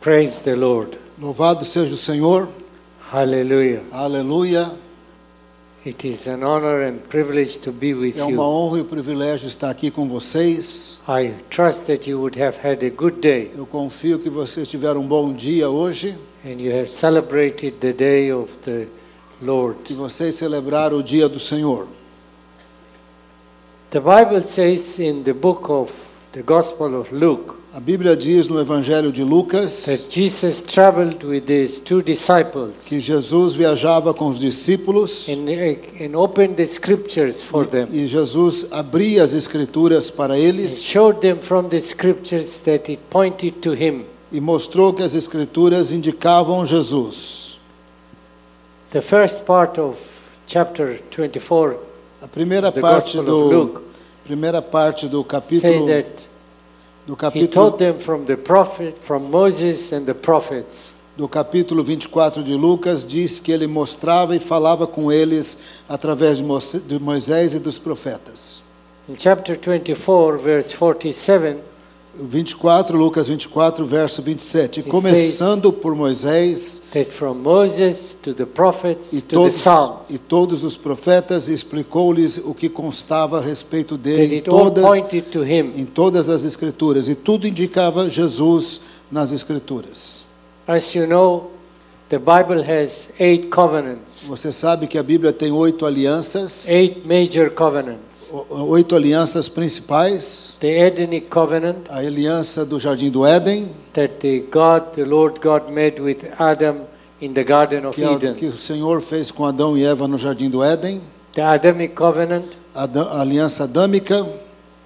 Praise the Lord. Louvado seja o Senhor. Hallelujah. Aleluia. It is an honor and privilege to be with É uma you. honra e um privilégio estar aqui com vocês. I trust that you would have had a good day Eu confio que vocês tiveram um bom dia hoje, and you have celebrated the day of the Lord. que vocês celebraram o dia do Senhor. The Bible says in the book of the Gospel of Luke A Bíblia diz no Evangelho de that Lucas Jesus traveled with his two disciples que Jesus viajava com os discípulos and, and opened the scriptures for them e Jesus abria as escrituras para and eles showed them from the scriptures that it pointed to him. e mostrou que as escrituras indicavam Jesus. The first part of chapter 24, A primeira the parte Gospel of do Luke, primeira parte do say capítulo that do He taught capítulo them from the prophet, from Moses and the prophets. do capítulo 24 de Lucas diz que ele mostrava e falava com eles através de Moisés, de Moisés e dos profetas. In chapter 24, verse 47, O 24, Lucas 24, verso 27. E says- começando por Moisés that from Moses to the prophets e to the todos, Psalms, e todos os profetas e explicou-lhes o que constava a respeito that dele em it all todas, pointed to Him. em todas as escrituras. E tudo indicava Jesus nas escrituras. As you know, the Bible has eight covenants, Você sabe que a Bíblia tem oito alianças, eight major covenants. o- oito alianças principais. The Edenic covenant a aliança do Jardim do Éden, that the God, the Lord God, made with Adam in the Garden of que, é o Eden. que o Senhor fez com Adão e Eva no Jardim do Éden, The Adamic covenant, a, da- a aliança adâmica,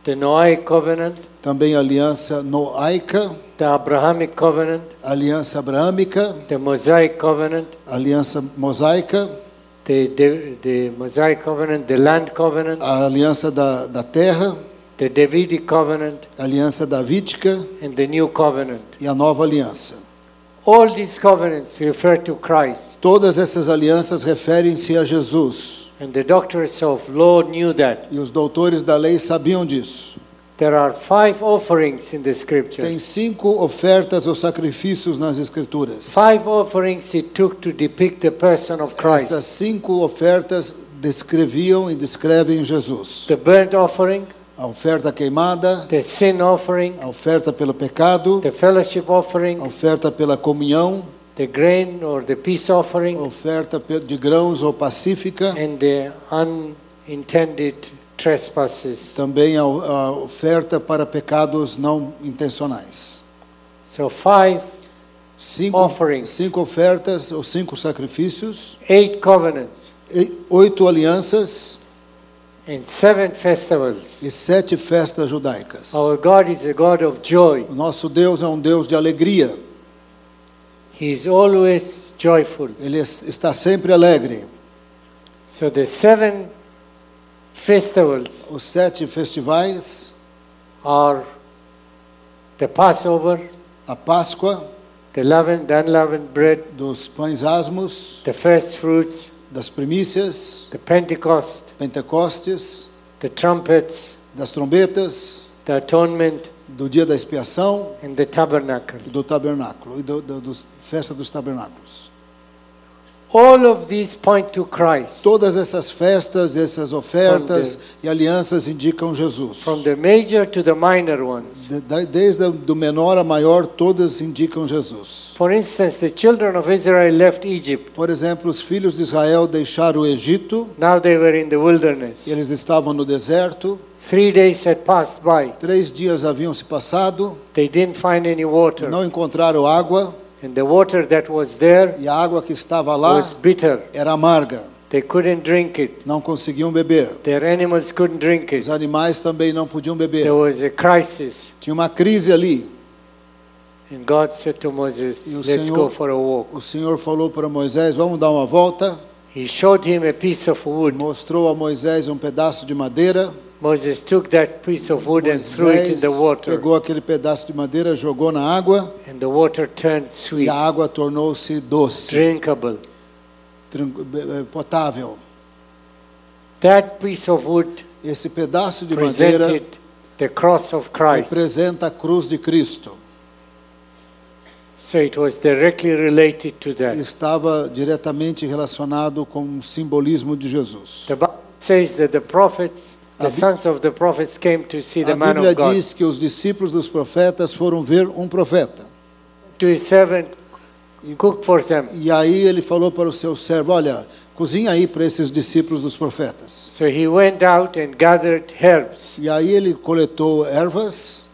the Noahic covenant, também a aliança noaica, the Abrahamic covenant, a aliança abraâmica, the Mosaic covenant, a aliança mosaica, the, the, the Mosaic covenant, the land covenant, a aliança da, da terra, the Davidic covenant, a aliança davídica and the new covenant. e a nova aliança. All these covenants refer to Christ, Todas essas alianças referem-se a Jesus. and the doctors of law knew that. E os doutores da lei sabiam disso. There are five offerings in the Tem scriptures. cinco ofertas ou sacrifícios nas Escrituras. Five offerings it took to depict the person of Essas Christ cinco ofertas descreviam e descrevem Jesus. the burnt offering, A oferta queimada, the sin offering, a oferta pelo pecado, the fellowship a offering, oferta pela comunhão, the grain or the peace a offering, oferta pe- de grãos ou pacífica, and the unintended trespasses. também a o- a oferta para pecados não intencionais. So, five Cinco, Offerings. cinco ofertas ou cinco sacrifícios, eight covenants e oito alianças and seven festivals. e sete festas judaicas. Our God is a God of joy. O nosso Deus é um Deus de alegria. He is always joyful. Ele es- está sempre alegre. So the seven festivals Os sete festivais, are the Passover, a Páscoa, the leavened, unleavened bread, dos pães asmos, the first fruits, das primícias, the Pentecost, Pentecostes, the trumpets, das trombetas, the atonement, do dia da expiação and the tabernacle. e do tabernáculo, e do, do, dos- festa dos tabernáculos. All of these point to Christ. Todas essas festas, essas ofertas e alianças indicam Jesus. From the major to the minor ones. De- da- Desde a- do menor a maior, todas indicam Jesus. For instance, the children of Israel left Egypt. Por exemplo, os filhos de Israel deixaram o Egito, Now they were in the wilderness. e eles estavam no deserto, Three days had passed by. três dias haviam se passado, They didn't find any water. não encontraram água, And the water that was there e a água que estava lá was bitter. era amarga, They couldn't drink it. não conseguiam beber. Their animals couldn't drink Os it. animais também não podiam beber. There was a crisis. Tinha uma crise ali. And God said to Moses, E o Let's Senhor- go for a walk. O Senhor falou para Moisés: Vamos dar uma volta. He showed him a piece of wood. Mostrou a Moisés um pedaço de madeira. Moses took that piece of wood and threw it in Moisés the water. pegou aquele pedaço de madeira, jogou na água And the water turned e sweet, a água tornou-se doce, drinkable. tran- be- eh, potável. That piece of wood Esse pedaço de madeira presented the cross of Christ. representa a cruz de Cristo. So it was directly related to that. estava diretamente relacionado com o simbolismo de Jesus. The Bible says that the prophets, the sons of the prophets, came to see the A man Bíblia of God. diz que os discípulos dos profetas foram ver um profeta. To his servant, cook for them. E aí ele falou para o seu servo: Olha, cozinha aí para esses discípulos dos profetas. So he went out and gathered herbs. E aí ele coletou ervas.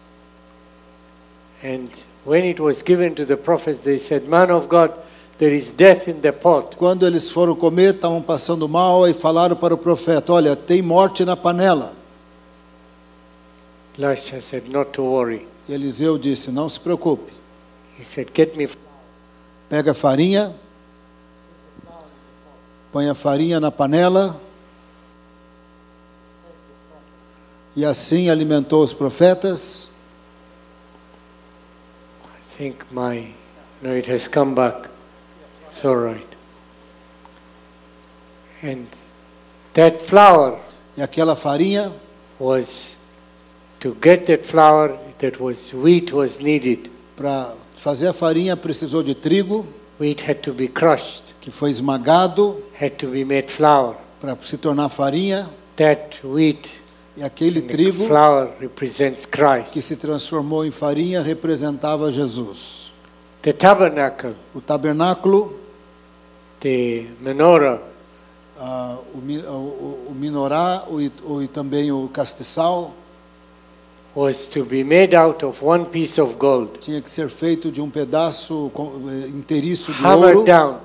And when it was given to the prophets, they said, Man of God, there is death in the pot. Quando eles foram comer, estavam passando mal e falaram para o profeta: Olha, tem morte na panela. Elisha said, Not to worry. E Eliseu disse: Não se preocupe, He said, Get me pega farinha, põe a farinha na panela. E assim alimentou os profetas. I think my no, it has come back. It's all right. And that flour E aquela farinha was to get that flour that was wheat was needed. Para fazer a farinha precisou de trigo, Wheat had to be crushed, que foi esmagado had to be made flour. para se tornar farinha, That wheat e aquele the trigo flour represents que Christ. se transformou em farinha representava Jesus. The tabernacle, O tabernáculo, the menorah, ah, o, mi- o- o- o minorá o, e- o- e também o castiçal was to be made out of one piece of gold, tinha que ser feito de um pedaço com- eh, inteiriço de ouro, hammered down.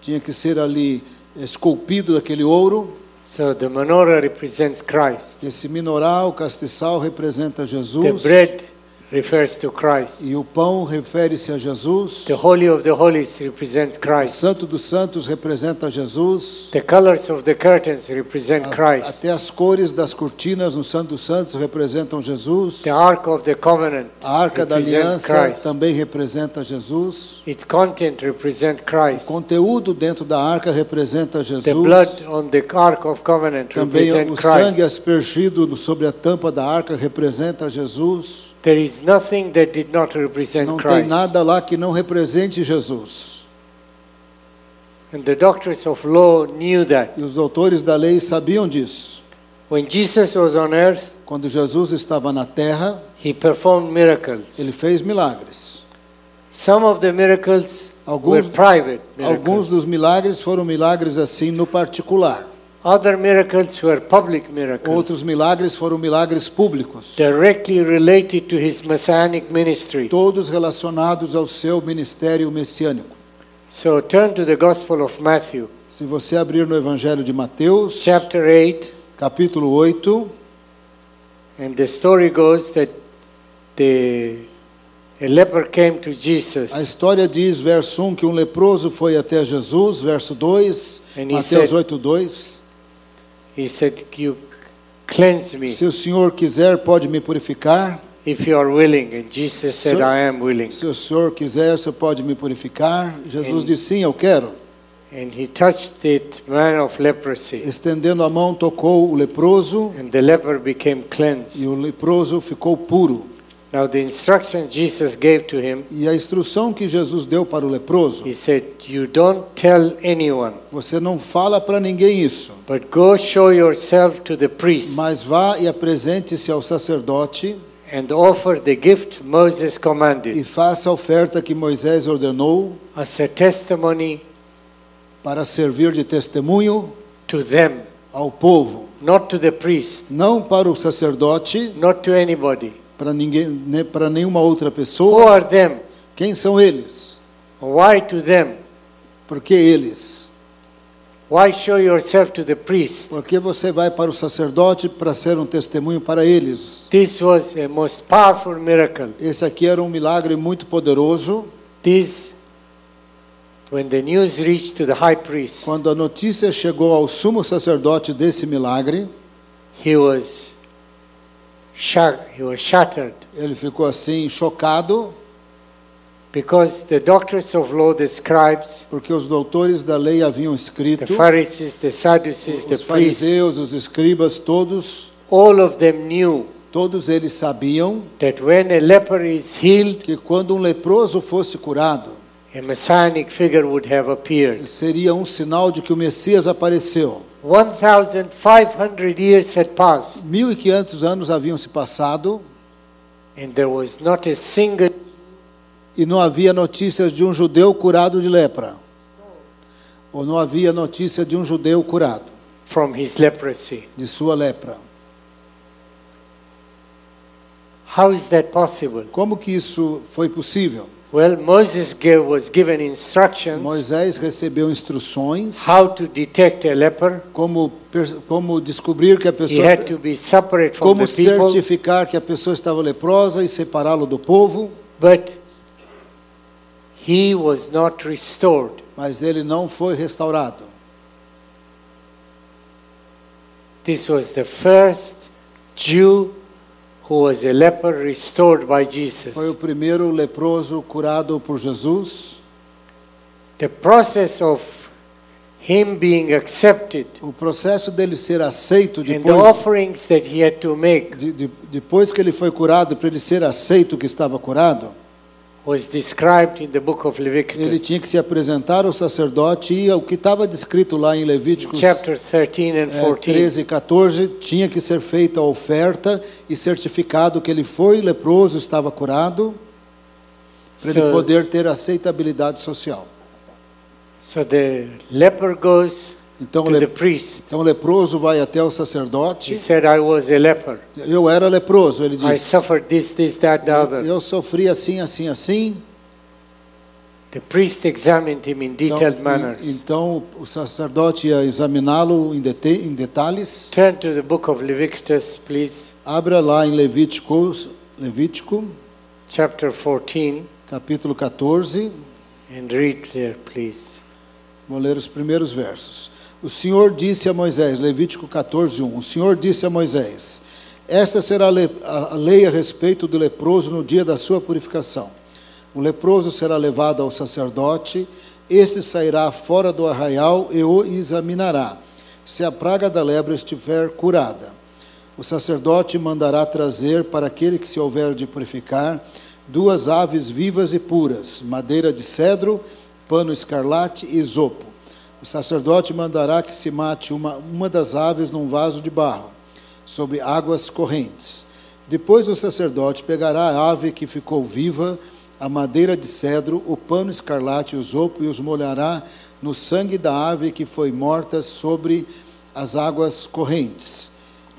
tinha que ser ali esculpido aquele ouro. So the menorah represents Christ. Esse minorá, o castiçal, representa The Jesus. bread refers to Christ. E o pão refere-se a Jesus. The Holy of the Holies represents O Christ. Santo dos Santos representa Jesus. The colors of the curtains represent Christ. Até as cores das cortinas no Santo dos Santos representam Jesus. The Ark of the Covenant A Arca da represents Aliança Christ. também representa Jesus. Its content represents Christ. Conteúdo dentro da arca representa The blood Jesus. on the Ark of Covenant Também o represents sangue Christ. aspergido no- sobre a tampa da arca representa Jesus. There is nothing that did not represent Não tem Christ. nada lá que não represente Jesus. And the doctors of law knew that. E os doutores da lei sabiam disso. When Jesus was on earth, Quando Jesus estava na terra, he performed miracles. ele fez milagres. Some of the miracles were Alguns- private Alguns miracles. dos milagres foram milagres assim no particular. Other miracles were public miracles. Outros milagres foram milagres públicos. directly related to his messianic ministry. Todos relacionados ao seu ministério messiânico. So turn to the Gospel of Matthew, Se você abrir no Evangelho de Mateus, chapter 8, capítulo 8, and the story goes that the a leper came to Jesus a história diz, verso 1, que um leproso foi até Jesus, verso 2, And he Mateus said- 8, 2. he said you cleanse me Se o Senhor quiser, pode me purificar. if you are willing and Jesus said So- I am willing Se o Senhor quiser, o Senhor pode me purificar. Jesus disse, sim, eu quero. and he touched that man of leprosy Estendendo a mão, tocou o leproso. and the leper became E cleansed o leproso ficou puro. now the instruction Jesus gave to him E a instrução que Jesus deu para o leproso, he said you don't tell anyone você não fala para ninguém isso, but go show yourself to the priest mas vá e apresente-se ao sacerdote and offer the gift Moses e commanded faça a oferta que Moisés ordenou as a testimony para servir de testemunho to them, ao povo, not to the priest, não para o sacerdote, not to anybody. para ninguém, né, para nenhuma outra Who pessoa. are them? Quem são eles? Why to them? Por que eles? Why show yourself to the priest? Porque você vai para o sacerdote para ser um testemunho para eles. This was a most powerful miracle. Esse aqui era um milagre muito poderoso. This, when the news reached to the high priest, Quando a notícia chegou ao sumo sacerdote desse milagre, he was shocked, he was shattered ele ficou assim chocado, because the doctors of law, the scribes, porque os doutores da lei haviam escrito, the Pharisees, the Sadducees, the os priests, fariseus, os escribas, todos, all of them knew Todos eles sabiam that when a leper is healed, que quando um leproso fosse curado, a messianic figure would have appeared. seria um sinal de que o Messias apareceu. 1,500 years had passed, 1500 anos haviam se passado and there was not a single e não havia notícias de um judeu curado de lepra. Ou não havia notícia de um judeu curado from his leprosy. de sua lepra. How is that possible? Como que isso foi possível? Well, Moses gave, was given instructions Moisés recebeu instruções how to detect a leper. como per- como descobrir que a He pessoa had to be separate from como the people, certificar que a pessoa estava leprosa e separá-lo do povo, but he was not restored. mas ele não foi restaurado. This was the first Jew who was a leper restored by Foi o Jesus. primeiro leproso curado por Jesus. The process of him being accepted O processo dele ser aceito and the depois offerings that he had to make de, de, depois que ele foi curado, para ele ser aceito que estava curado, was described in the book of ele Leviticus, tinha que se apresentar ao sacerdote e o que estava descrito lá em Levíticos chapter 13 and eh, 14. 13 e 14, tinha que ser feita a oferta e certificado que ele foi leproso, estava curado, para ele So- poder ter aceitabilidade social. So the leper goes Então, to le- the priest. então o leproso vai até o He sacerdote. said, I was a leper. Eu era leproso, ele I disse. suffered this, this, that, the other. Eu sofri assim, assim, assim. The priest examined him in detailed Então, e- manners. então o sacerdote ia examiná-lo em, dete- em detalhes. Turn to the book of Leviticus, please, Abra lá em Levítico, Levítico, chapter 14, capítulo 14. and read there, please. Vou ler os primeiros versos. O Senhor disse a Moisés, Levítico 14, 1. O Senhor disse a Moisés: Esta será a le- a a lei a respeito do leproso no dia da sua purificação. O leproso será levado ao sacerdote, este sairá fora do arraial e o examinará, se a praga da lepra estiver curada. O sacerdote mandará trazer para aquele que se houver de purificar duas aves vivas e puras, madeira de cedro, pano escarlate e isopo. O sacerdote mandará que se mate uma, uma das aves num vaso de barro, sobre águas correntes. Depois o sacerdote pegará a ave que ficou viva, a madeira de cedro, o pano escarlate e o isopo, e os molhará no sangue da ave que foi morta sobre as águas correntes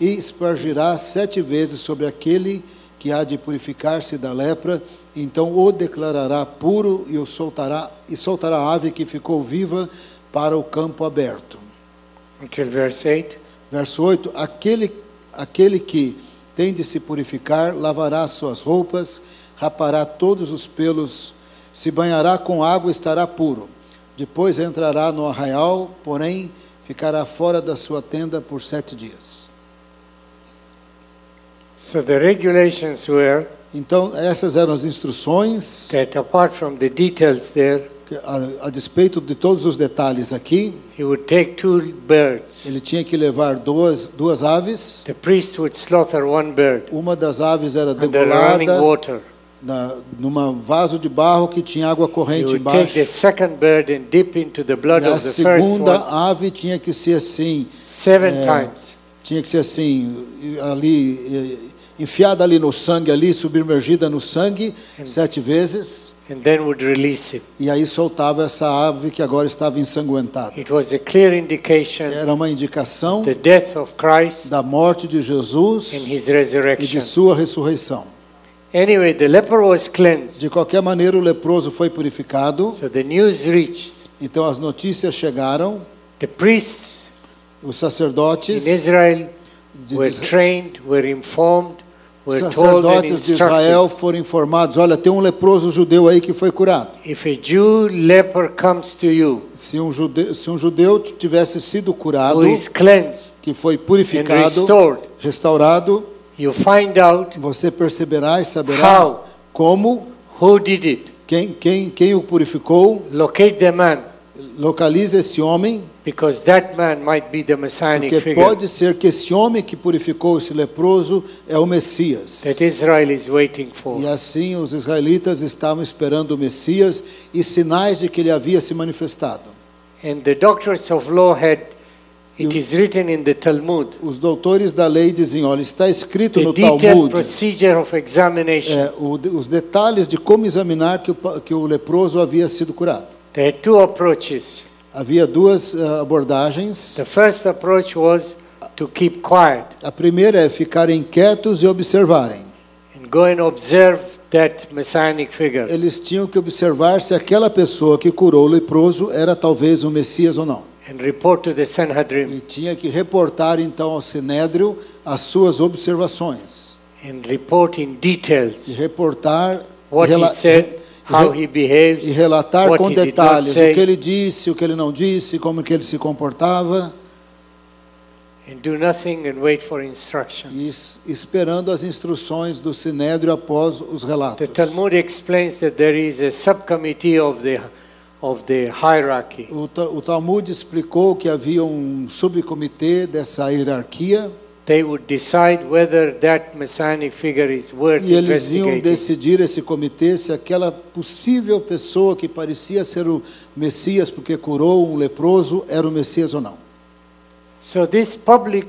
e espargirá sete vezes sobre aquele que há de purificar-se da lepra, então o declarará puro e o soltará e soltará a ave que ficou viva para o campo aberto. Until verse 8. Verso 8: Aquele, aquele que tem de se purificar, lavará suas roupas, rapará todos os pelos, se banhará com água e estará puro. Depois entrará no arraial, porém ficará fora da sua tenda por sete dias. So the regulations were Então, essas eram as instruções, that apart from the details there, que, a, a despeito de todos os detalhes aqui. he would take two birds. Ele tinha que levar duas, duas aves. The priest would slaughter one bird Uma das aves era under running degolada water. na, numa vaso de barro que tinha água He corrente would take embaixo. the second bird and dip into the blood E a of the first one segunda ave tinha que ser assim, seven eh, times. tinha que ser assim, ali eh, enfiada ali no sangue, ali submergida no sangue sete vezes, and then would release him. e aí soltava essa ave que agora estava ensanguentada. It was a clear indication Era uma indicação the death of Christ da morte de and Jesus his e de resurrection. sua ressurreição. Anyway, the leper was cleansed. De qualquer maneira, o leproso foi purificado, So the news reached então as notícias chegaram. the priests Os in sacerdotes de, Israel were de, trained, were informed, os were told and sacerdotes de Israel instructed. foram informados: olha, tem um leproso judeu aí que foi curado. If a Jew leper comes to you Se um judeu, se um judeu tivesse sido curado, who is cleansed, que foi and purificado, restored. restaurado, you find out você perceberá e saberá How? como, who did it. quem, quem, quem o purificou, Locate the man Localize esse homem, because that man might be the messianic porque figure pode ser que esse homem que purificou esse leproso é o Messias. that Israel is waiting for. E assim os israelitas estavam esperando o Messias e sinais de que ele havia se manifestado. And the doctors of law had, it is written in the Talmud, Os doutores da lei dizem, olha, está escrito the no detailed Talmud procedure of examination. é, o de- os detalhes de como examinar que o, pa- que o leproso havia sido curado. There are two approaches. Havia duas eh, abordagens. The first approach was to keep quiet A primeira é ficarem quietos e observarem. and go and observe that messianic figure. Eles tinham que observar se aquela pessoa que curou o leproso era talvez o Messias ou não. and report to the Sanhedrin E tinha que reportar então ao Sinédrio as suas observações. and report in E details reportar what rela- he said, how re- he behaves, e relatar what com he did not detalhes o que say, ele disse, o que ele não disse, como que ele se comportava, and do nothing and wait for e instructions. es- esperando as instruções do Sinédrio após os The relatos. Talmud explains that there is a subcommittee of the of the hierarchy, O, Ta- o Talmud explicou que havia um subcomitê dessa hierarquia they would decide whether that messianic figure is worth e eles iam investigating. decidir esse comitê se aquela possível pessoa que parecia ser o Messias porque curou um leproso era o Messias ou não. So this public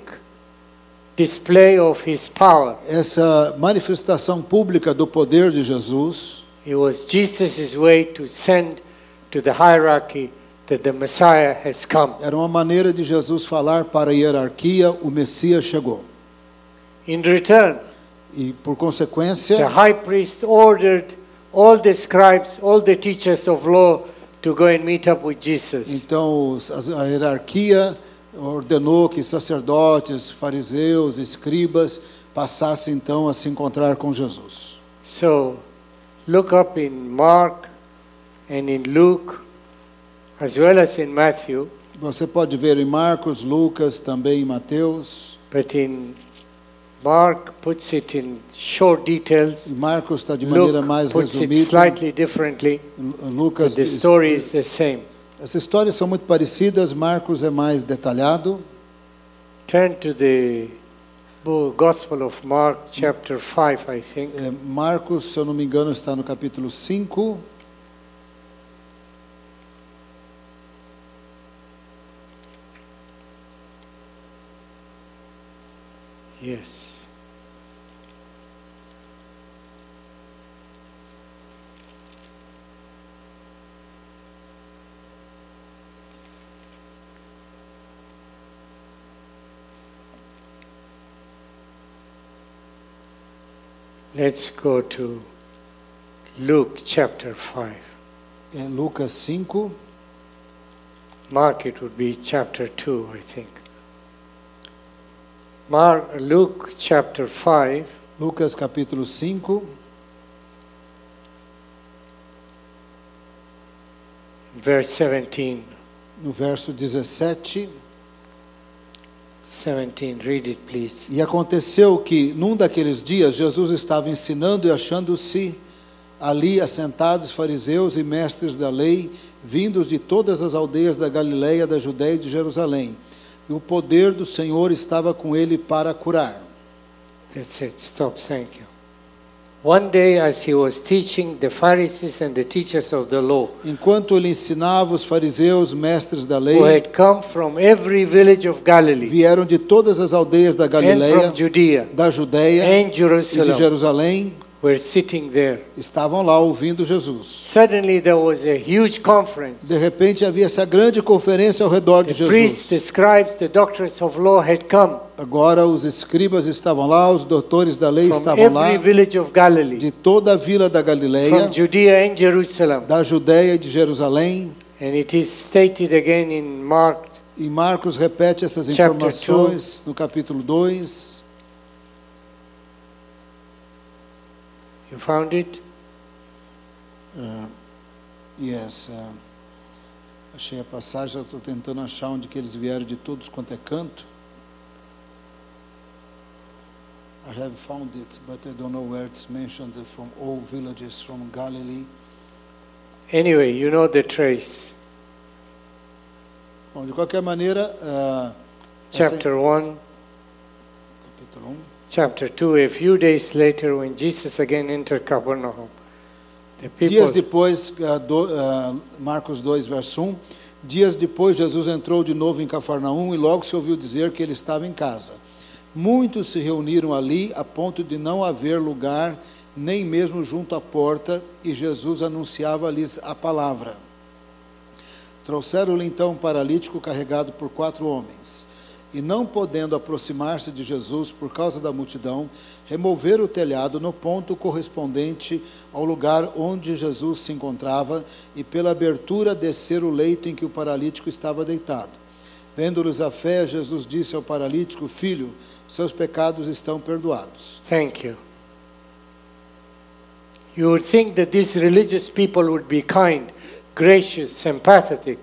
display of his power, Essa manifestação pública do poder de Jesus it was Jesus' way to send to the hierarchy that the Messiah has come. Era uma maneira de Jesus falar para a hierarquia, o Messias chegou. In return, E por the consequência, high priest ordered all the scribes, all the teachers of law to go and meet up with Jesus. então os- as- a hierarquia ordenou que sacerdotes, fariseus, escribas passassem então a se encontrar com Jesus. So look up in Mark and in Luke as well as in Matthew, Você pode ver em Marcos, Lucas, também em Mateus. but in Mark puts it in short details. E Marcos está de maneira mais Luke puts it resumida. slightly differently, Lu- but Lucas the diz- story is the same. As histórias são muito parecidas, Marcos é mais detalhado. Turn to the book, Gospel of Mark, chapter 5, I think. É, Marcos, se eu não me engano, está no capítulo 5. Yes. Let's go to Luke chapter 5. É Lucas 5, Mark, it would be chapter 2, I think. Mark, Luke chapter 5, Lucas capítulo 5, verse 17. no verso 17. 17, read it please. E aconteceu que, num daqueles dias, Jesus estava ensinando e achando-se ali assentados fariseus e mestres da lei, vindos de todas as aldeias da Galileia, da Judéia e de Jerusalém. E o poder do Senhor estava com ele para curar. That's it, stop, thank you. One day, as he was teaching, the Pharisees and the teachers of the law, Enquanto ele ensinava, os fariseus, mestres da who lei, had come from every village of Galilee vieram de todas as aldeias da and Galileia, from Judea da Judéia and e de Jerusalem Jerusalém, were sitting there. estavam lá ouvindo Jesus. Suddenly, there was a huge conference. De repente havia essa grande conferência ao redor de The priests, the Jesus. scribes, the doctors of law had come Agora os escribas estavam lá, os doutores da lei from estavam lá, every village of Galilee, de toda a vila da from Galileia, Judea and Jerusalem. da Judéia e de Jerusalém. And it is stated again in Mark E Marcos repete essas Chapter informações no capítulo 2. You found it? Yes, eh, achei a passagem, estou tentando achar onde que eles vieram de todos quanto é canto. I have found it, but I don't know where it's mentioned from all villages from Galilee. Anyway, you know the trace. Bom, de qualquer maneira, ah, essa- Chapter 1, capítulo 1. chapter 2, a few days later, when Jesus again entered Capernaum, the Dias people, depois, ah, do- ah, Marcos 2, verso 1. Dias depois, Jesus entrou de novo em Cafarnaum e logo se ouviu dizer que ele estava em casa. Muitos se reuniram ali a ponto de não haver lugar, nem mesmo junto à porta, e Jesus anunciava-lhes a palavra. Trouxeram-lhe então um paralítico carregado por quatro homens. E não podendo aproximar-se de Jesus por causa da multidão, removeram o telhado no ponto correspondente ao lugar onde Jesus se encontrava e pela abertura descer o leito em que o paralítico estava deitado. Vendo-lhes a fé, Jesus disse ao paralítico: Filho, seus pecados estão perdoados. thank you. You would think that these religious people would be kind, gracious, sympathetic,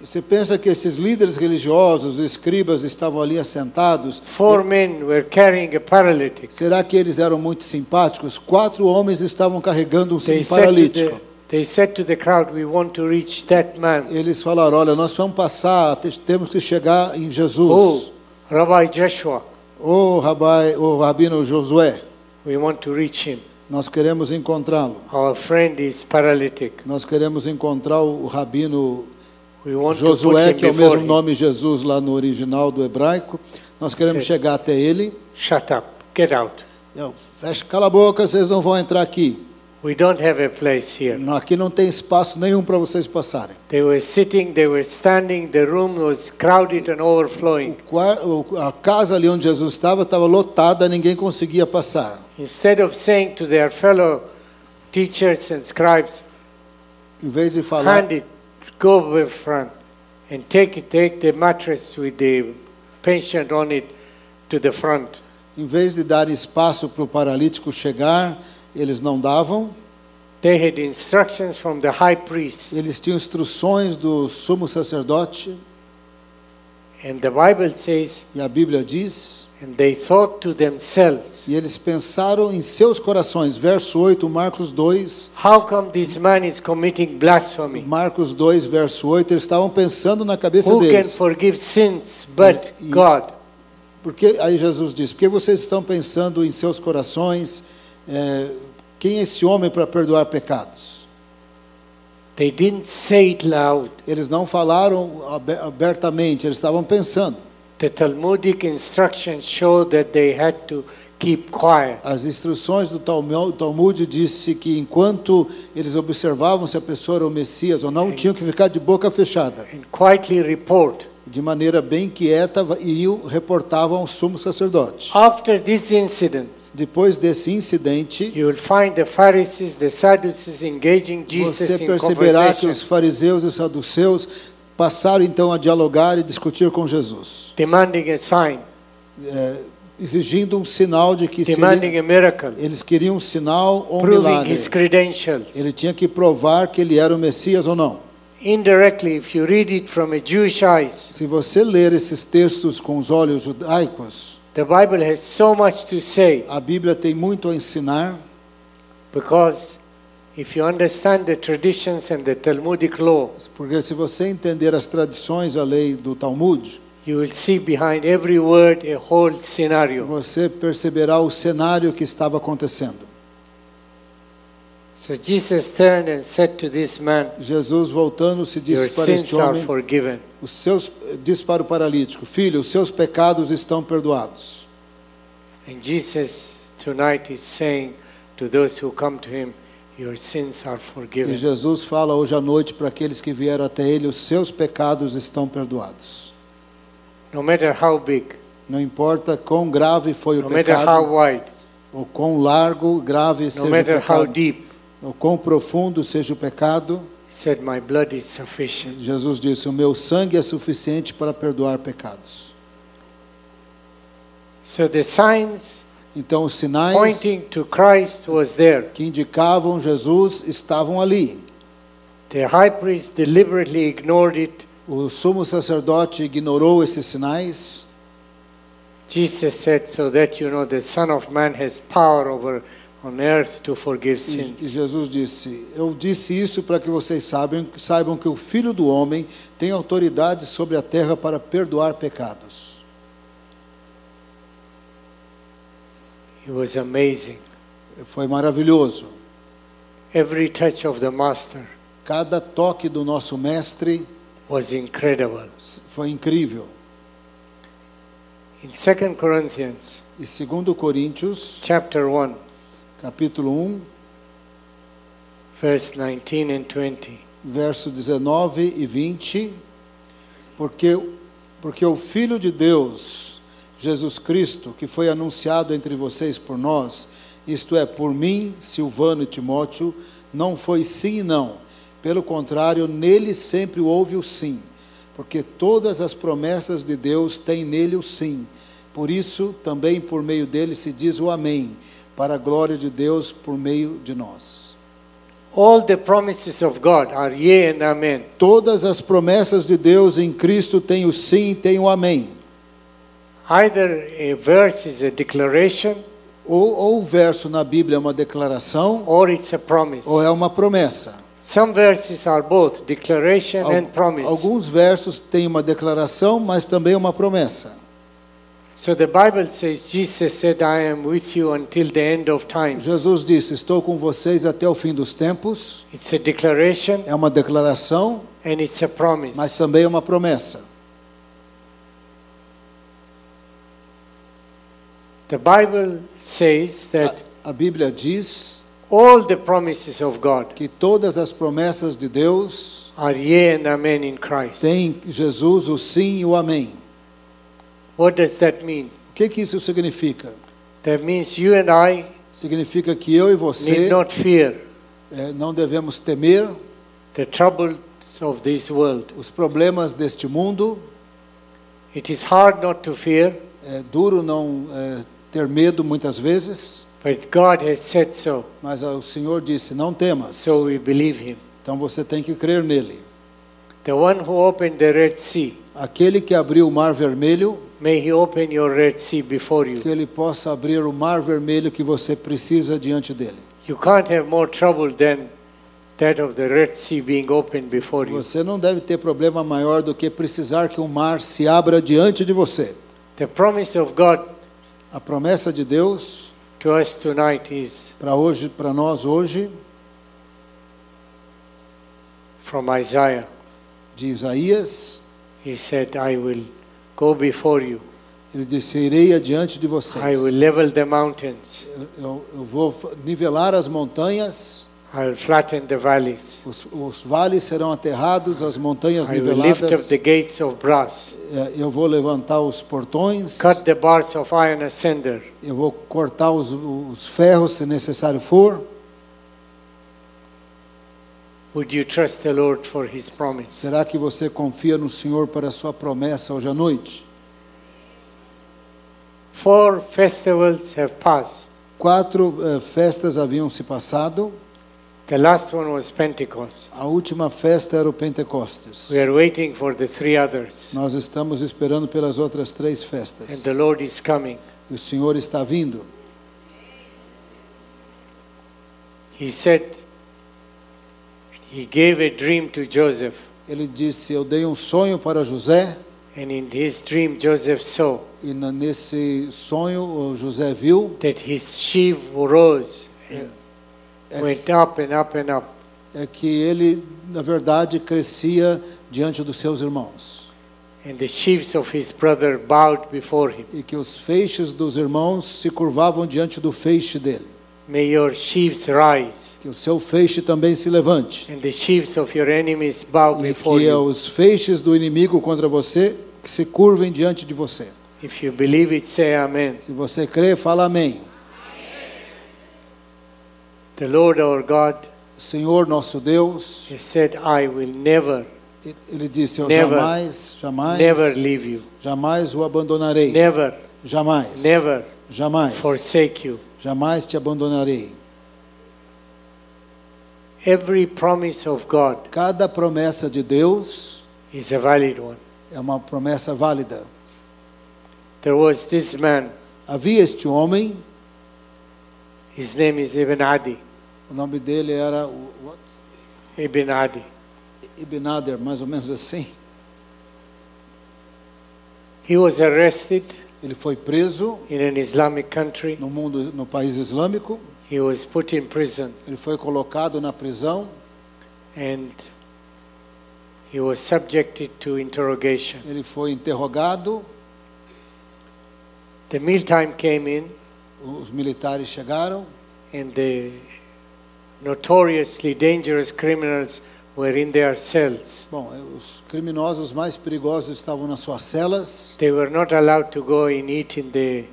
Você pensa que esses líderes religiosos, escribas, estavam ali assentados? Four men were carrying a paralytic. Será que eles eram muito simpáticos? Quatro homens estavam carregando um They said, to paralítico. the, they said to the crowd, We want to reach that man. Eles falaram: Olha, nós vamos passar, te- temos que chegar em Oh, Jesus. Rabbi Joshua, Ô rabai, ô rabino Josué, we want to reach him. nós queremos encontrá-lo. Our friend is paralytic. Nós queremos encontrar o rabino We want Josué, to put que é him o mesmo before him. nome Jesus lá no original do hebraico. Nós queremos Sim. chegar até ele. Shut up. Get out. Eu, fecha, cala a boca, vocês não vão entrar aqui. We don't have a place here. Aqui não tem espaço nenhum para vocês passarem. They were sitting, they were standing, the room was crowded and overflowing. Qua- o- A casa ali onde Jesus estava estava lotada, ninguém conseguia passar. Instead of saying to their fellow teachers and scribes, Em vez de falar, hand it, go over front, and take it, take the mattress with the patient on it to the front. em vez de dar espaço para o paralítico chegar, eles não davam. They had instructions from the high priest, Eles tinham instruções do sumo sacerdote and the Bible says, e a Bíblia diz. and they thought to themselves, E eles pensaram em seus corações. Verso 8, Marcos 2. how come this man is committing blasphemy? Marcos 2, verso 8. Eles estavam pensando na cabeça Who can deles. forgive sins but Y- y- God? Porque aí Jesus diz: Porque vocês estão pensando em seus corações eh, quem é esse homem para perdoar pecados? They didn't say it loud. Eles não falaram abe- abertamente, eles estavam pensando. The Talmudic instructions show that they had to keep quiet. As instruções do Talmel- Talmud disse que enquanto eles observavam se a pessoa era o Messias ou não, tinham que ficar de boca fechada. and quietly report. De maneira bem quieta, va- e o reportavam ao sumo sacerdote. After this incident, Depois desse incidente, you will find the Pharisees, the Sadducees engaging Jesus você in perceberá que os assim, conversation, fariseus e os saduceus passaram então a dialogar e discutir com Jesus, demanding a sign, exigindo um sinal de que seria, demanding a miracle, eles queriam um sinal ou um proving milagre. his credentials. Ele tinha que provar que ele era o Messias ou não. Indirectly, if you read it from a Jewish eyes, Se você ler esses textos com os olhos judaicos, the Bible has so much to say a Bíblia tem muito a ensinar, because if you understand the traditions and the Talmudic law, porque se você entender as tradições, a lei do Talmud, you will see behind every word a whole scenario. você perceberá o cenário que estava acontecendo. So Jesus turned and said to this man, Jesus voltando se Your disse para sins este are homem, forgiven. os seus disse para o paralítico, filho, os seus pecados estão perdoados. And Jesus tonight is saying to those who come to him, Your sins are E forgiven. Jesus fala hoje à noite para aqueles que vieram até ele, os seus pecados estão perdoados. No matter how big, Não importa quão grave foi o no matter how pecado, wide, ou quão largo, grave no seja o matter how pecado, deep, ou quão profundo seja o pecado, he said, My blood is sufficient. Jesus disse: "O meu sangue é suficiente para perdoar pecados". So the signs Então os sinais pointing to Christ was there. que indicavam Jesus estavam ali. The high priest deliberately ignored it. O sumo sacerdote ignorou esses sinais. Jesus said, So that you know the Son of Man has power over on earth to forgive sins. E Jesus disse: Eu disse isso para que vocês saibam, saibam que o Filho do Homem tem autoridade sobre a terra para perdoar pecados. It was amazing. Foi maravilhoso. Every touch of the Master Cada toque do nosso Mestre was incredible. foi incrível. In 2 Corinthians E segundo Coríntios, chapter 1, capítulo 1, verse 19 and 20, verso 19 e 20, porque, porque o Filho de Deus, Jesus Cristo, que foi anunciado entre vocês por nós, isto é, por mim, Silvano e Timóteo, não foi sim e não. Pelo contrário, nele sempre houve o sim, porque todas as promessas de Deus têm nele o sim. Por isso, também por meio dele se diz o amém, para a glória de Deus por meio de nós. all the promises of God are yea and amen. Todas as promessas de Deus em Cristo têm o sim e têm o amém. Either a verse is a declaration Ou, ou o verso na Bíblia é uma declaração or it's a promise. ou é uma promessa. Some verses are both declaration and promise. Alguns versos têm uma declaração, mas também uma promessa. So the Bible says Jesus said, I am with you until the end of times. Jesus disse: Estou com vocês até o fim dos tempos. It's a declaration É uma declaração, and it's a promise. mas também é uma promessa. The Bible says that A, a Bíblia diz all the promises of God que todas as promessas de Deus are yea and amen in Christ. têm em Jesus o sim e o amém. What does that mean? O que, que isso significa? That means you and I Significa que eu e need você not fear É, não devemos temer the troubles of this world. os problemas deste mundo. It is hard not to fear, É duro não é, ter medo muitas vezes, but God has said so, mas o Senhor disse: não temas. so we believe Him. Então você tem que crer nele. The one who opened the Red Sea, Aquele que abriu o mar vermelho, may He open your Red Sea before you. que ele possa abrir o mar vermelho que você precisa diante dele. You can't have more trouble than that of the Red Sea being opened before you. Você não deve ter problema maior do que precisar que o mar se abra diante de você. The promise of God A promessa de Deus to us tonight is para hoje, para nós hoje, from Isaiah. de Isaías, He said, I will go before you. ele disse: irei adiante de vocês. I will level the mountains. Eu, eu vou f- nivelar as montanhas, I will flatten the valleys. os, os vales serão aterrados, as montanhas I will lift up niveladas. the gates of brass. É, Eu vou levantar os portões, Cut the bars of iron asunder. eu vou cortar os, os ferros se necessário for. Would you trust the Lord for his promise? Será que você confia no Senhor para a sua promessa hoje à noite? Four festivals have passed. Quatro eh, festas haviam se passado. The last one was Pentecost. A última festa era o Pentecostes. We are waiting for the three others. Nós estamos esperando pelas outras três And festas. the Lord is coming. O Senhor está vindo. He said, He gave a dream to Joseph. Ele disse: Eu dei um sonho para José. And in his dream, Joseph saw E na- nesse sonho, o José viu that his sheaf rose and É- went up and up and up. é que ele, na verdade, crescia diante dos seus irmãos And the sheaves of his brother bowed before him. e que os feixes dos irmãos se curvavam diante do feixe dele, May your sheaves rise, que o seu feixe também se levante and the sheaves of your enemies bow e before que é you. os feixes do inimigo contra você que se curvem diante de você. If you believe it, say Amen. Se você crê, fala amém. The Lord our God Senhor nosso Deus, has said, I will never, ele disse: Eu Never. jamais, jamais, never leave you, jamais o abandonarei. never, Jamais, never jamais, forsake you. jamais te abandonarei. Every promise of God Cada promessa de Deus is a valid one. é uma promessa válida. There was this man, Havia este homem, His name is Ibn Adi. O nome dele era o- what? Ibn Adi. Ibn Ader, mais ou menos assim. He was arrested Ele foi preso in an Islamic country. no mundo, no país islâmico. He was put in prison Ele foi colocado na prisão. and he was subjected to interrogation. Ele foi interrogado. The mealtime came in Os militares chegaram. and the notoriously dangerous criminals were in their cells. Bom, os criminosos mais perigosos estavam nas suas celas. They were not allowed to go and eat in the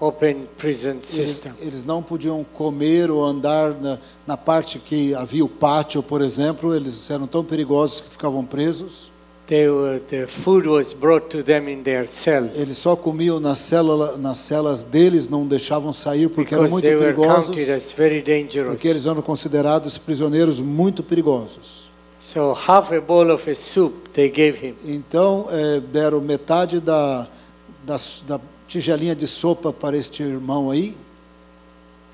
open prison Eles, system. eles não podiam comer ou andar na, na parte que havia o pátio, por exemplo. Eles eram tão perigosos que ficavam presos. They were, the food was brought to them in their cells Eles só comiam nas, célula, nas celas deles, não deixavam sair porque eram because muito they were perigosos. counted as very Porque dangerous. eles eram considerados prisioneiros muito perigosos. So half a bowl of a soup they gave him. Então eh, deram metade da, da, s- da tigelinha de sopa para este irmão aí.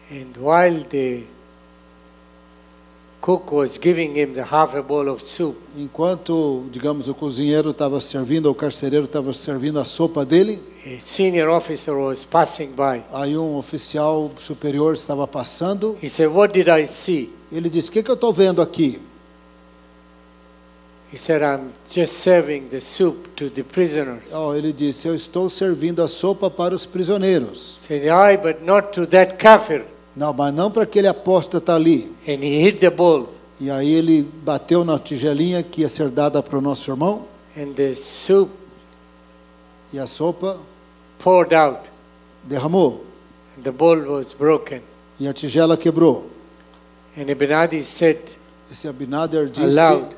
And while the cook was giving him the half a bowl of soup, Enquanto, digamos, o cozinheiro estava servindo, ou o carcereiro estava servindo a sopa dele, a senior officer was passing by. aí um oficial superior estava passando. He said, What did I see? Ele disse: O que, que eu estou vendo aqui? He said, I'm just serving the soup to the prisoners. He Oh, ele disse: Eu estou servindo a sopa para os prisioneiros. said, Aye, but not to that kafir. Não, mas não para aquele apóstata tá ali. And he hit the bowl, E aí ele bateu na tigelinha que ia ser dada para o nosso irmão, and the soup e a sopa poured out, derramou, and the bowl was broken. e a tigela quebrou. And Ibn Adi said, Esse Abinader disse: aloud.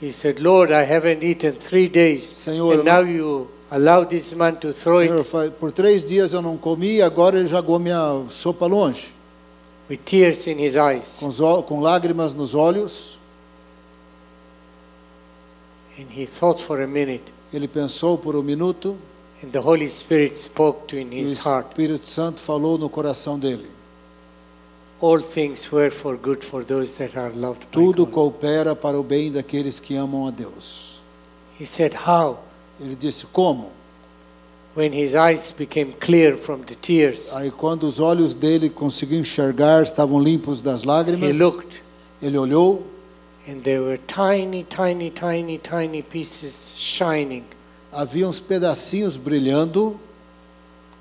He said, Lord, I haven't eaten three days, Senhor, eu and não- now you allow this man to throw Senhor, it fa- por três dias eu não comi, e agora ele jogou minha sopa longe, with tears in his eyes. com, os ol- com lágrimas nos olhos. And he thought for a minute, Ele pensou por um minuto, and the Holy Spirit spoke to in e o his heart. Espírito Santo falou no coração dele: All things were for good for those that are loved by Tudo God. coopera para o bem daqueles que amam a Deus. He said, How? Ele disse: Como? When his eyes became clear from the tears, Aí quando os olhos dele conseguiu enxergar, estavam limpos das he lágrimas. looked, Ele olhou and there were tiny, tiny, tiny, tiny pieces shining. havia uns pedacinhos brilhando.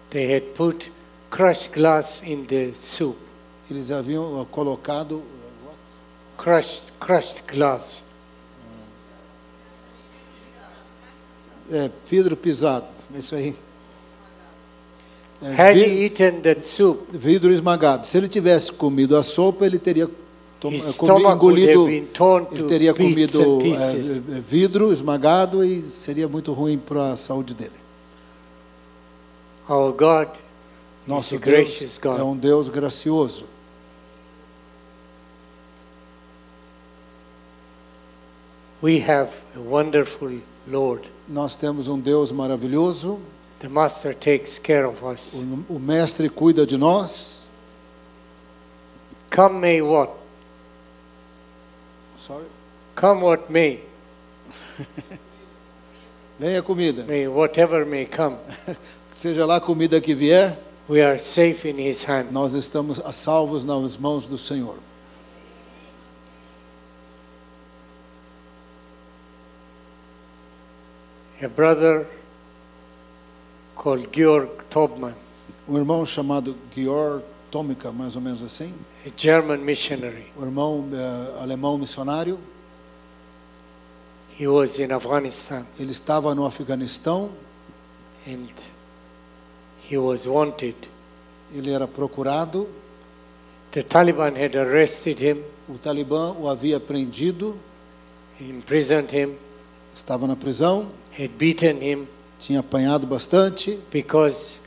They had put crushed glass in the soup. Eles haviam ah, colocado crushed crushed glass é, vidro pisado, isso aí. É, had vi- he eaten that soup vidro esmagado. Se ele tivesse comido a sopa, ele teria tom- his eh, comi- stomach would have engolido. been torn Ele to teria bits comido and eh, pieces eh, vidro esmagado e seria muito ruim para a saúde dele. our god Nosso a Deus gracious God. é um Deus gracioso. we have a wonderful lord Nós temos um Deus maravilhoso. the master takes care of us O, o mestre cuida de nós. come may what come what may Venha a comida. may whatever may come Seja lá a comida que vier, we are safe in his hand nós estamos a salvos nas mãos do Senhor. a brother called georg tobman Um irmão chamado Georg Tomica, mais ou menos assim, a german missionary um irmão eh, alemão missionário, he was in afghanistan ele estava no Afeganistão, and he was wanted ele era procurado, The Taliban had arrested him, o Talibã o havia prendido, imprisoned him, estava na prisão, had beaten him tinha apanhado bastante, because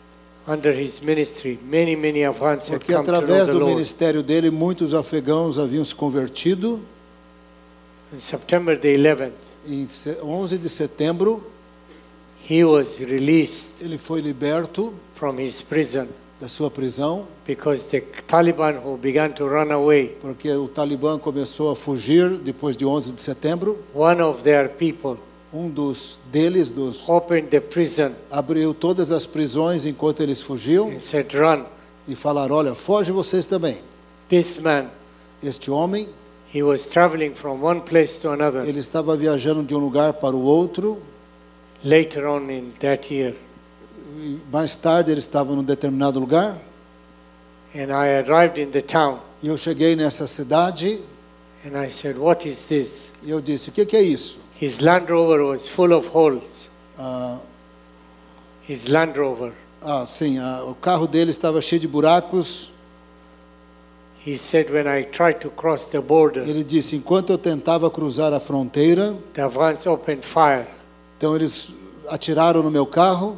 under his ministry, many, many Afghans had porque come to know através the do Lord. ministério dele muitos afegãos haviam se convertido. On September the 11th, Em se- 11 de setembro, he was released ele foi liberto from his prison da sua prisão, because the Taliban who began to run away, porque o Talibã começou a fugir depois de 11 de setembro. one of their people Um dos deles dos opened the prison abriu todas as prisões enquanto eles fugiam and said, "Run." e falaram: "Olha, foge vocês também". This man, Este homem, he was traveling from one place to another. ele estava viajando de um lugar para o outro. Later on in that year, E mais tarde ele estava num determinado lugar and I arrived in the town, e eu cheguei nessa cidade and I said, "What is this?" e eu disse: "O que, que é isso?" His Land Rover was full of holes. Ah, His Land Rover. ah, sim, ah, o carro dele estava cheio de buracos. He said, "When I tried to cross the border, Ele disse: enquanto eu tentava cruzar a fronteira, the Afghans opened fire. então eles atiraram no meu carro.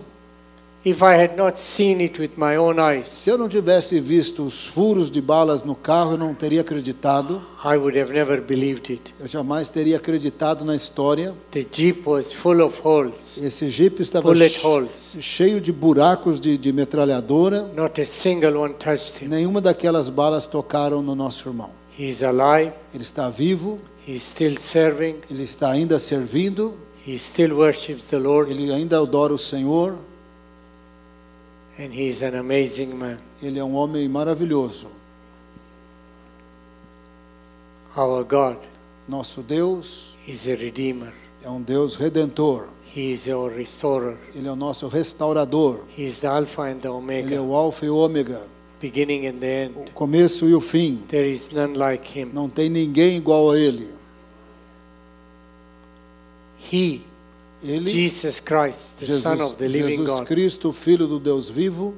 If I had not seen it with my own eyes, Se eu não tivesse visto os furos de balas no carro, eu não teria acreditado. I would have never believed it. Eu jamais teria acreditado na história. The jeep was full of holes, Esse Jeep estava bullet che- holes. cheio de buracos de, de metralhadora. Not a single one touched him. Nenhuma daquelas balas tocaram no nosso irmão. He is alive. Ele está vivo, He's still serving. ele está ainda servindo, He still worships the Lord, ele ainda adora o Senhor. and he's an amazing man. Ele é um homem maravilhoso. Our God Nosso Deus is a redeemer. é um Deus redentor. He is our restorer. Ele é o nosso restaurador. He is the Alpha and the Ele é Omega, o Alfa e o Ômega, beginning and the end. o começo e o fim. There is none like him. Não tem ninguém igual a ele. He, Ele, Jesus Christ, the Son Jesus, of the living Jesus God, Cristo, filho do Deus vivo,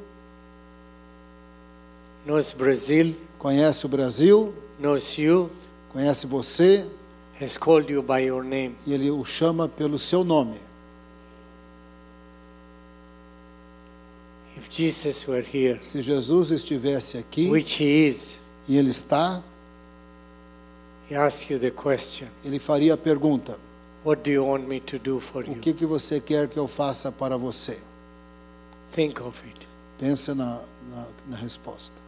knows Brazil, conhece o Brasil, knows you, conhece você has called you by your name. e ele o chama pelo seu nome. If Jesus were here, Se Jesus estivesse aqui, which he is, e ele está, he asks you the question, ele faria a pergunta: what do you want me to do for O you? que que você quer que eu faça para você? Think of it. Pensa na, na, na resposta.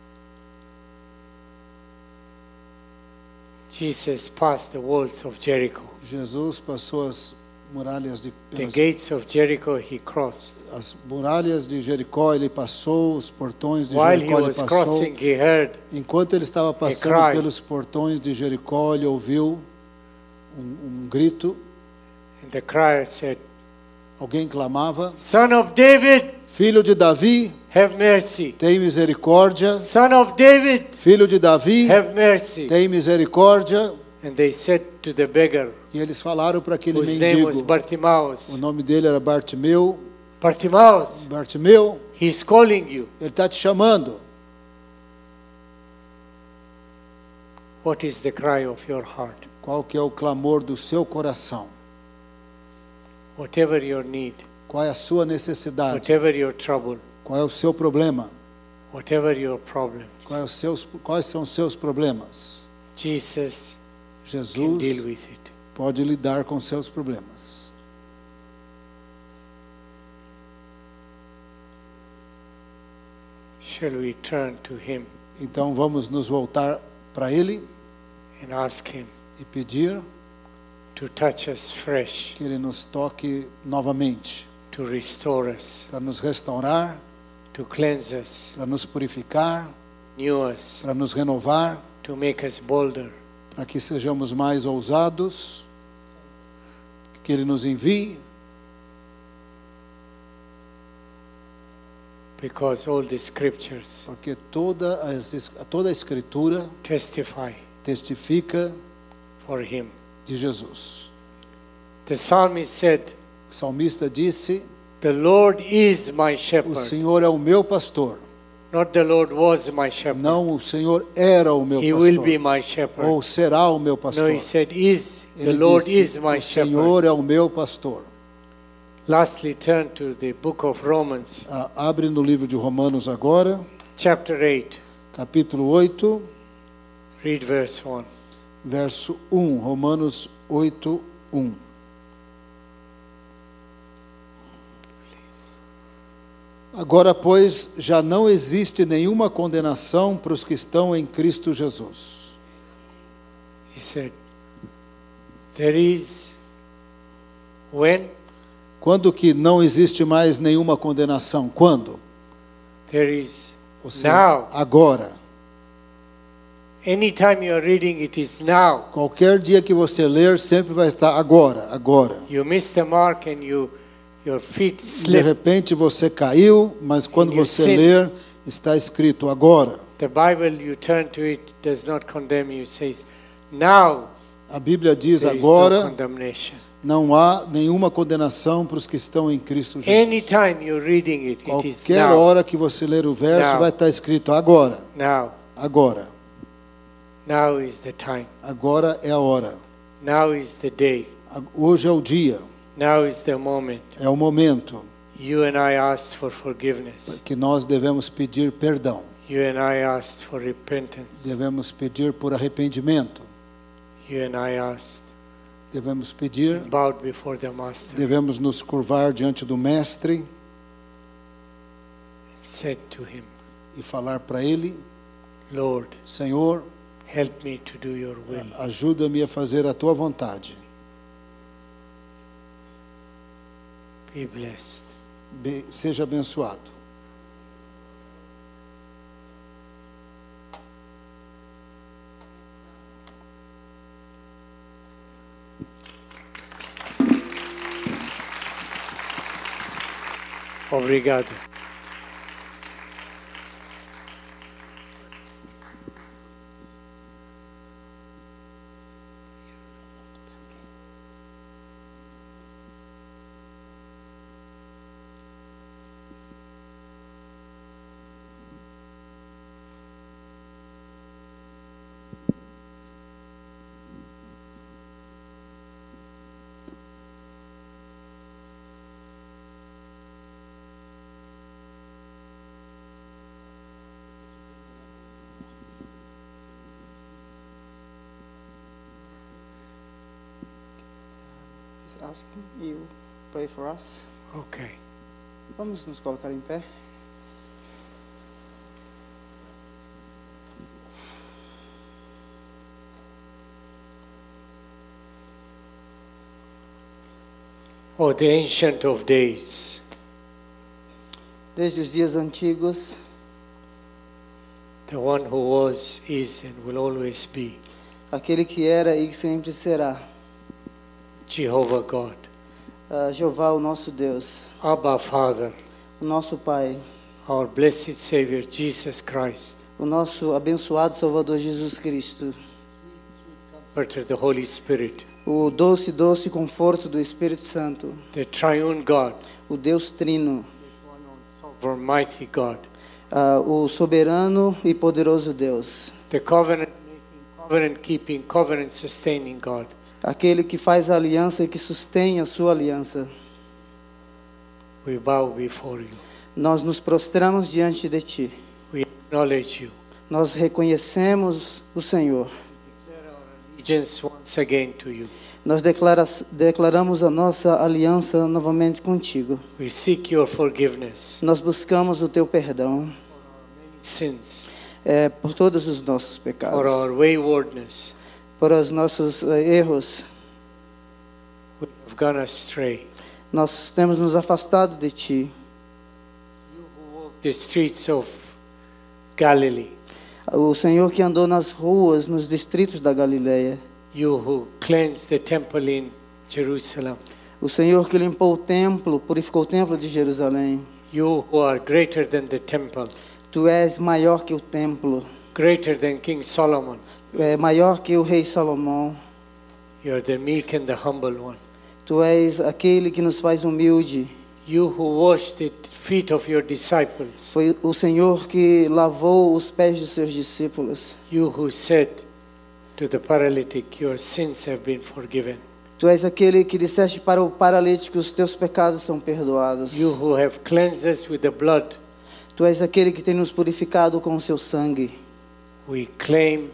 Jesus passed the walls of Jericho. Jesus passou as muralhas de The pelas gates of Jericho he crossed. as muralhas de Jericó ele passou, os portões de While he Jericó ele was passou. crossing, he heard Enquanto ele estava cried. passando pelos portões de Jericó, ele ouviu um, um grito. And the crier said, Alguém clamava: Son of David, Filho de Davi, have mercy. tem misericórdia. Son of David, Filho de Davi, have mercy. tem misericórdia. And they said to the beggar, E eles falaram para aquele whose name was mendigo. O Bartimaeus, nome dele era Bartimeu. Bartimaeus, Bartimeu, he's calling you. ele está te chamando. What is the cry of your heart? Qual que é o clamor do seu coração? Whatever your need, Qual é a sua necessidade? whatever your trouble, Qual é o seu problema? whatever your problems, Quais, os seus- quais são os seus problemas? Jesus can deal Jesus with it. pode lidar com seus problemas. Shall we turn to him Então vamos nos voltar para Ele and ask him e pedir to touch us fresh, que Ele nos toque novamente to restore us, para nos restaurar, to cleanse us, para nos purificar, renew us, para nos renovar, to make us bolder, para que sejamos mais ousados, que Ele nos envie, because all the scriptures porque toda, as, es- toda a Escritura testify testifica for him. de Jesus. The psalmist said, O salmista disse: The Lord is my O shepherd, Senhor é o meu pastor. not the Lord was my shepherd. Não, o Senhor era o meu He will be pastor. my shepherd. Ou será o meu No, pastor. "Oh, he said, Is. The Ele Lord is disse, my o shepherd. Senhor é o meu pastor. Lastly, turn to the book of Romans, Ah, abre no livro de Romanos agora, chapter 8. capítulo 8, Read verse 1. verso 1. Romanos um. 8, 1. Agora, pois, já não existe nenhuma condenação para os que estão em Cristo Jesus. He said, There is when Quando que não existe mais nenhuma condenação? Quando? there is Ou Now. agora. anytime you are reading it is now. Qualquer dia que você ler, sempre vai estar agora, agora. You miss the mark and you your feet De slip. repente você caiu, mas quando And you você sin. ler, está escrito agora. The Bible you turn to it does not condemn you, says now A Bíblia diz there is no agora condemnation. não há nenhuma condenação para os que estão em Cristo Jesus. Anytime you're reading it, it is Qualquer now. hora que você ler o verso, Now. vai estar escrito agora, Now. agora. Now is the time. Agora é a hora. Now is the day. A- Hoje é o dia, Now is the moment. é o momento You and I asked for forgiveness. que nós devemos pedir perdão, You and I asked for repentance. devemos pedir por arrependimento, You and I asked, devemos pedir, bowed before the Master, devemos nos curvar diante do Mestre said to him, e falar para Ele: Lord, Senhor, help me to do your will. ajuda-me a fazer a tua vontade. Be blessed. Be- seja abençoado. Obrigado. He's asking you pray for us. Okay. Vamos nos colocar em pé. Oh, the Ancient of Days, Desde os dias antigos, the one who was, is, and will always be, aquele que era e que sempre será, Jehovah God, ah, Jeová, o nosso Deus, Abba Father, o nosso Pai, our blessed Savior, Jesus Christ, o nosso abençoado Salvador Jesus Cristo, Better the Holy Spirit, o doce, doce conforto do Espírito Santo, the triune God, o Deus Trino, our mighty God, ah, o soberano e poderoso Deus, the covenant making, covenant keeping, covenant sustaining God, aquele que faz a aliança e que sustém a sua aliança. we bow before you. Nós nos prostramos diante de Ti. We acknowledge you. Nós reconhecemos o Senhor. Allegiance once again to you. Nós declara- declaramos a nossa aliança novamente contigo. We seek your forgiveness, Nós buscamos o teu perdão sins, eh, por todos os nossos for pecados, our waywardness. por os nossos eh, erros. We have gone astray. Nós temos nos afastado de ti. The streets of Galilee, O Senhor que andou nas ruas, nos distritos da Galileia, you who cleansed the temple in Jerusalem, o Senhor que limpou o templo, purificou o templo de Jerusalém. you who are greater than the temple, Tu és maior que o templo, greater than King Solomon. é maior que o rei Salomão. You are the meek and the humble one. Tu és aquele que nos faz humilde. You who washed the feet of your disciples, Foi o Senhor que lavou os pés dos seus discípulos. you who said to the paralytic, Your sins have been forgiven. Tu és aquele que disseste para o paralítico: os teus pecados são perdoados. You who have cleansed us with the blood, Tu és aquele que tem nos purificado com o seu sangue. we claim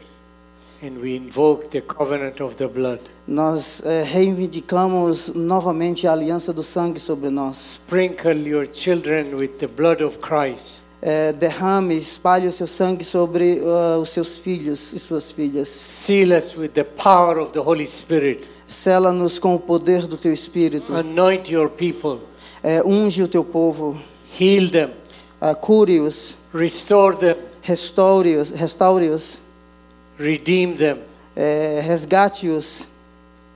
and we invoke the covenant of the blood. Nós eh, reivindicamos novamente a aliança do sangue sobre nós. Sprinkle your children with the blood of Christ. Eh, derrame, espalhe o seu sangue sobre ah, os seus filhos e suas filhas. Seal us with the power of the Holy Spirit. Sela-nos com o poder do teu Espírito. Anoint your people. Eh, unge o teu povo. Heal them. Ah, Cure-os. Restore them. Restaure-os. Restaure-os. Redeem them. eh, Resgate-os.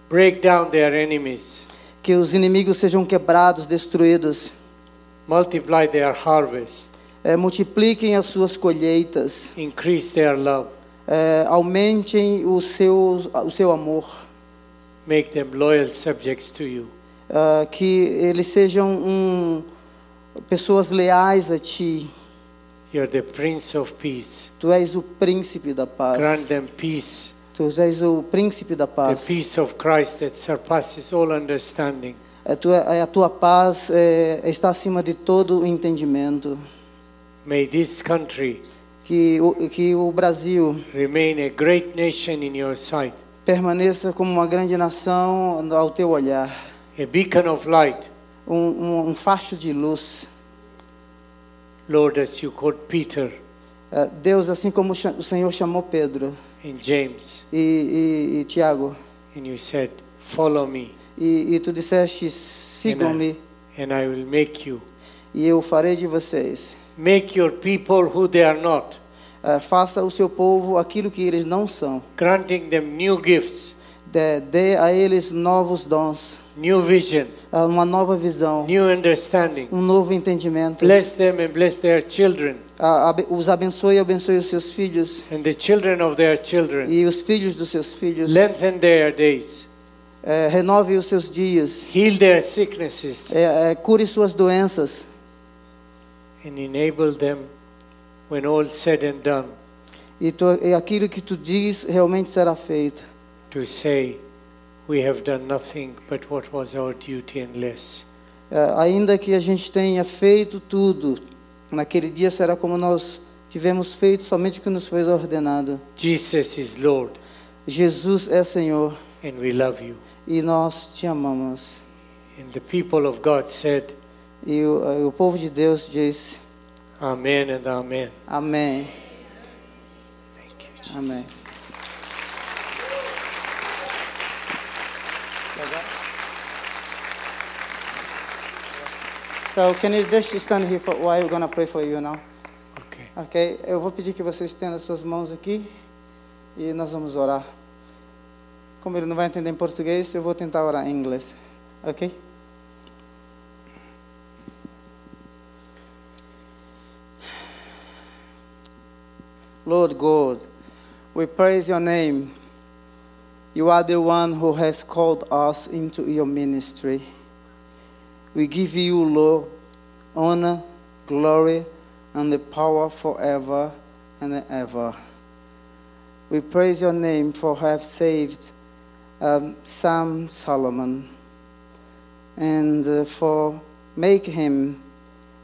Break down their enemies. Que os inimigos sejam quebrados, destruídos. Multiply their harvest. Eh, multipliquem as suas colheitas. Increase their love. Eh, aumentem o seu, o seu amor. Make them loyal subjects to you. Ah, que eles sejam um, pessoas leais a ti. You're the Prince of Peace. Tu és o príncipe da paz. Grant them peace. Tu és o príncipe da The paz. peace of Christ that surpasses all understanding. A tua, é, a tua paz eh, está acima de todo o entendimento. May this country Que o, que o Brasil remain a great nation in your sight, permaneça como uma grande nação ao teu olhar, a beacon of light. um, um, um facho de luz. Lord, as you called Peter Eh, Deus, assim como o cha- o Senhor chamou Pedro and James, e, e, e Tiago, and you said, Follow me, e, e tu disseste: and I, sigam-me, and I will make you. e eu farei de vocês. Make your people who they are not, Eh, faça o seu povo aquilo que eles não são. granting them new gifts, Dê, dê a eles novos dons, new vision, ah, uma nova visão, new understanding. um novo entendimento. Bless them and bless their children, A- abe- Os abençoe e abençoe os seus filhos and the children of their children. e os filhos dos seus filhos. Lengthen their days, Eh, renove os seus dias. heal their sicknesses, Eh, eh, cure suas doenças. and enable them when all's said and done E, tu, e aquilo que tu diz realmente será feito. to say, We have done nothing but what was our duty and less. Eh, ainda que a gente tenha feito tudo, naquele dia será como nós tivemos feito somente o que nos foi ordenado. Jesus is Lord, Jesus é Senhor and we love you. e nós te amamos. And the people of God said, E o, eh, o povo de Deus diz: Amen and Amen. Amém. Thank you. Jesus. Amém. So can you just stand here for a while? We're gonna pray for you now. Okay. Ok? Eu vou pedir que você estenda as suas mãos aqui e nós vamos orar. Como ele não vai entender em português, eu vou tentar orar em inglês. Ok? Lord God, we praise your name. You are the one who has called us into your ministry. We give you, Lord, honor, glory, and the power forever and ever. We praise your name for have saved um, Sam Solomon and uh, for make him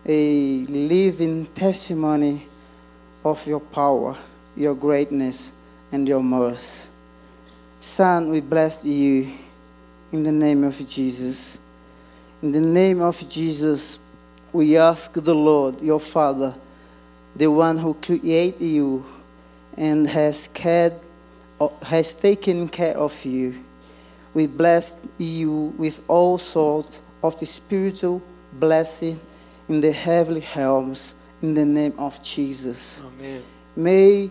a living testimony of your power, your greatness, and your mercy. Son, we bless you in the name of Jesus. In the name of Jesus, we ask the Lord, your Father, the one who created you and has cared, has taken care of you. We bless you with all sorts of spiritual blessing in the heavenly realms. In the name of Jesus. Amen. May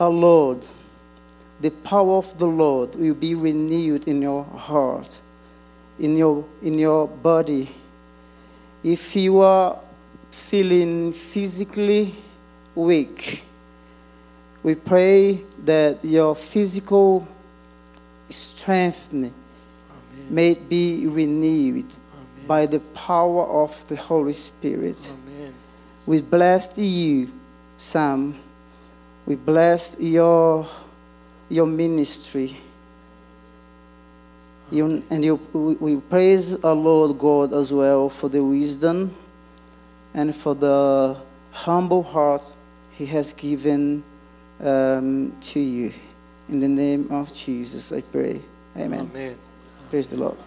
our Lord, the power of the Lord, will be renewed in your heart, in your, in your body. If you are feeling physically weak, we pray that your physical strength Amen. may be renewed Amen. by the power of the Holy Spirit. Amen. We bless you, Sam. We bless your your ministry. You, and you, we, we praise our Lord God as well for the wisdom and for the humble heart He has given um, to you. In the name of Jesus, I pray. Amen. Amen. Praise the Lord.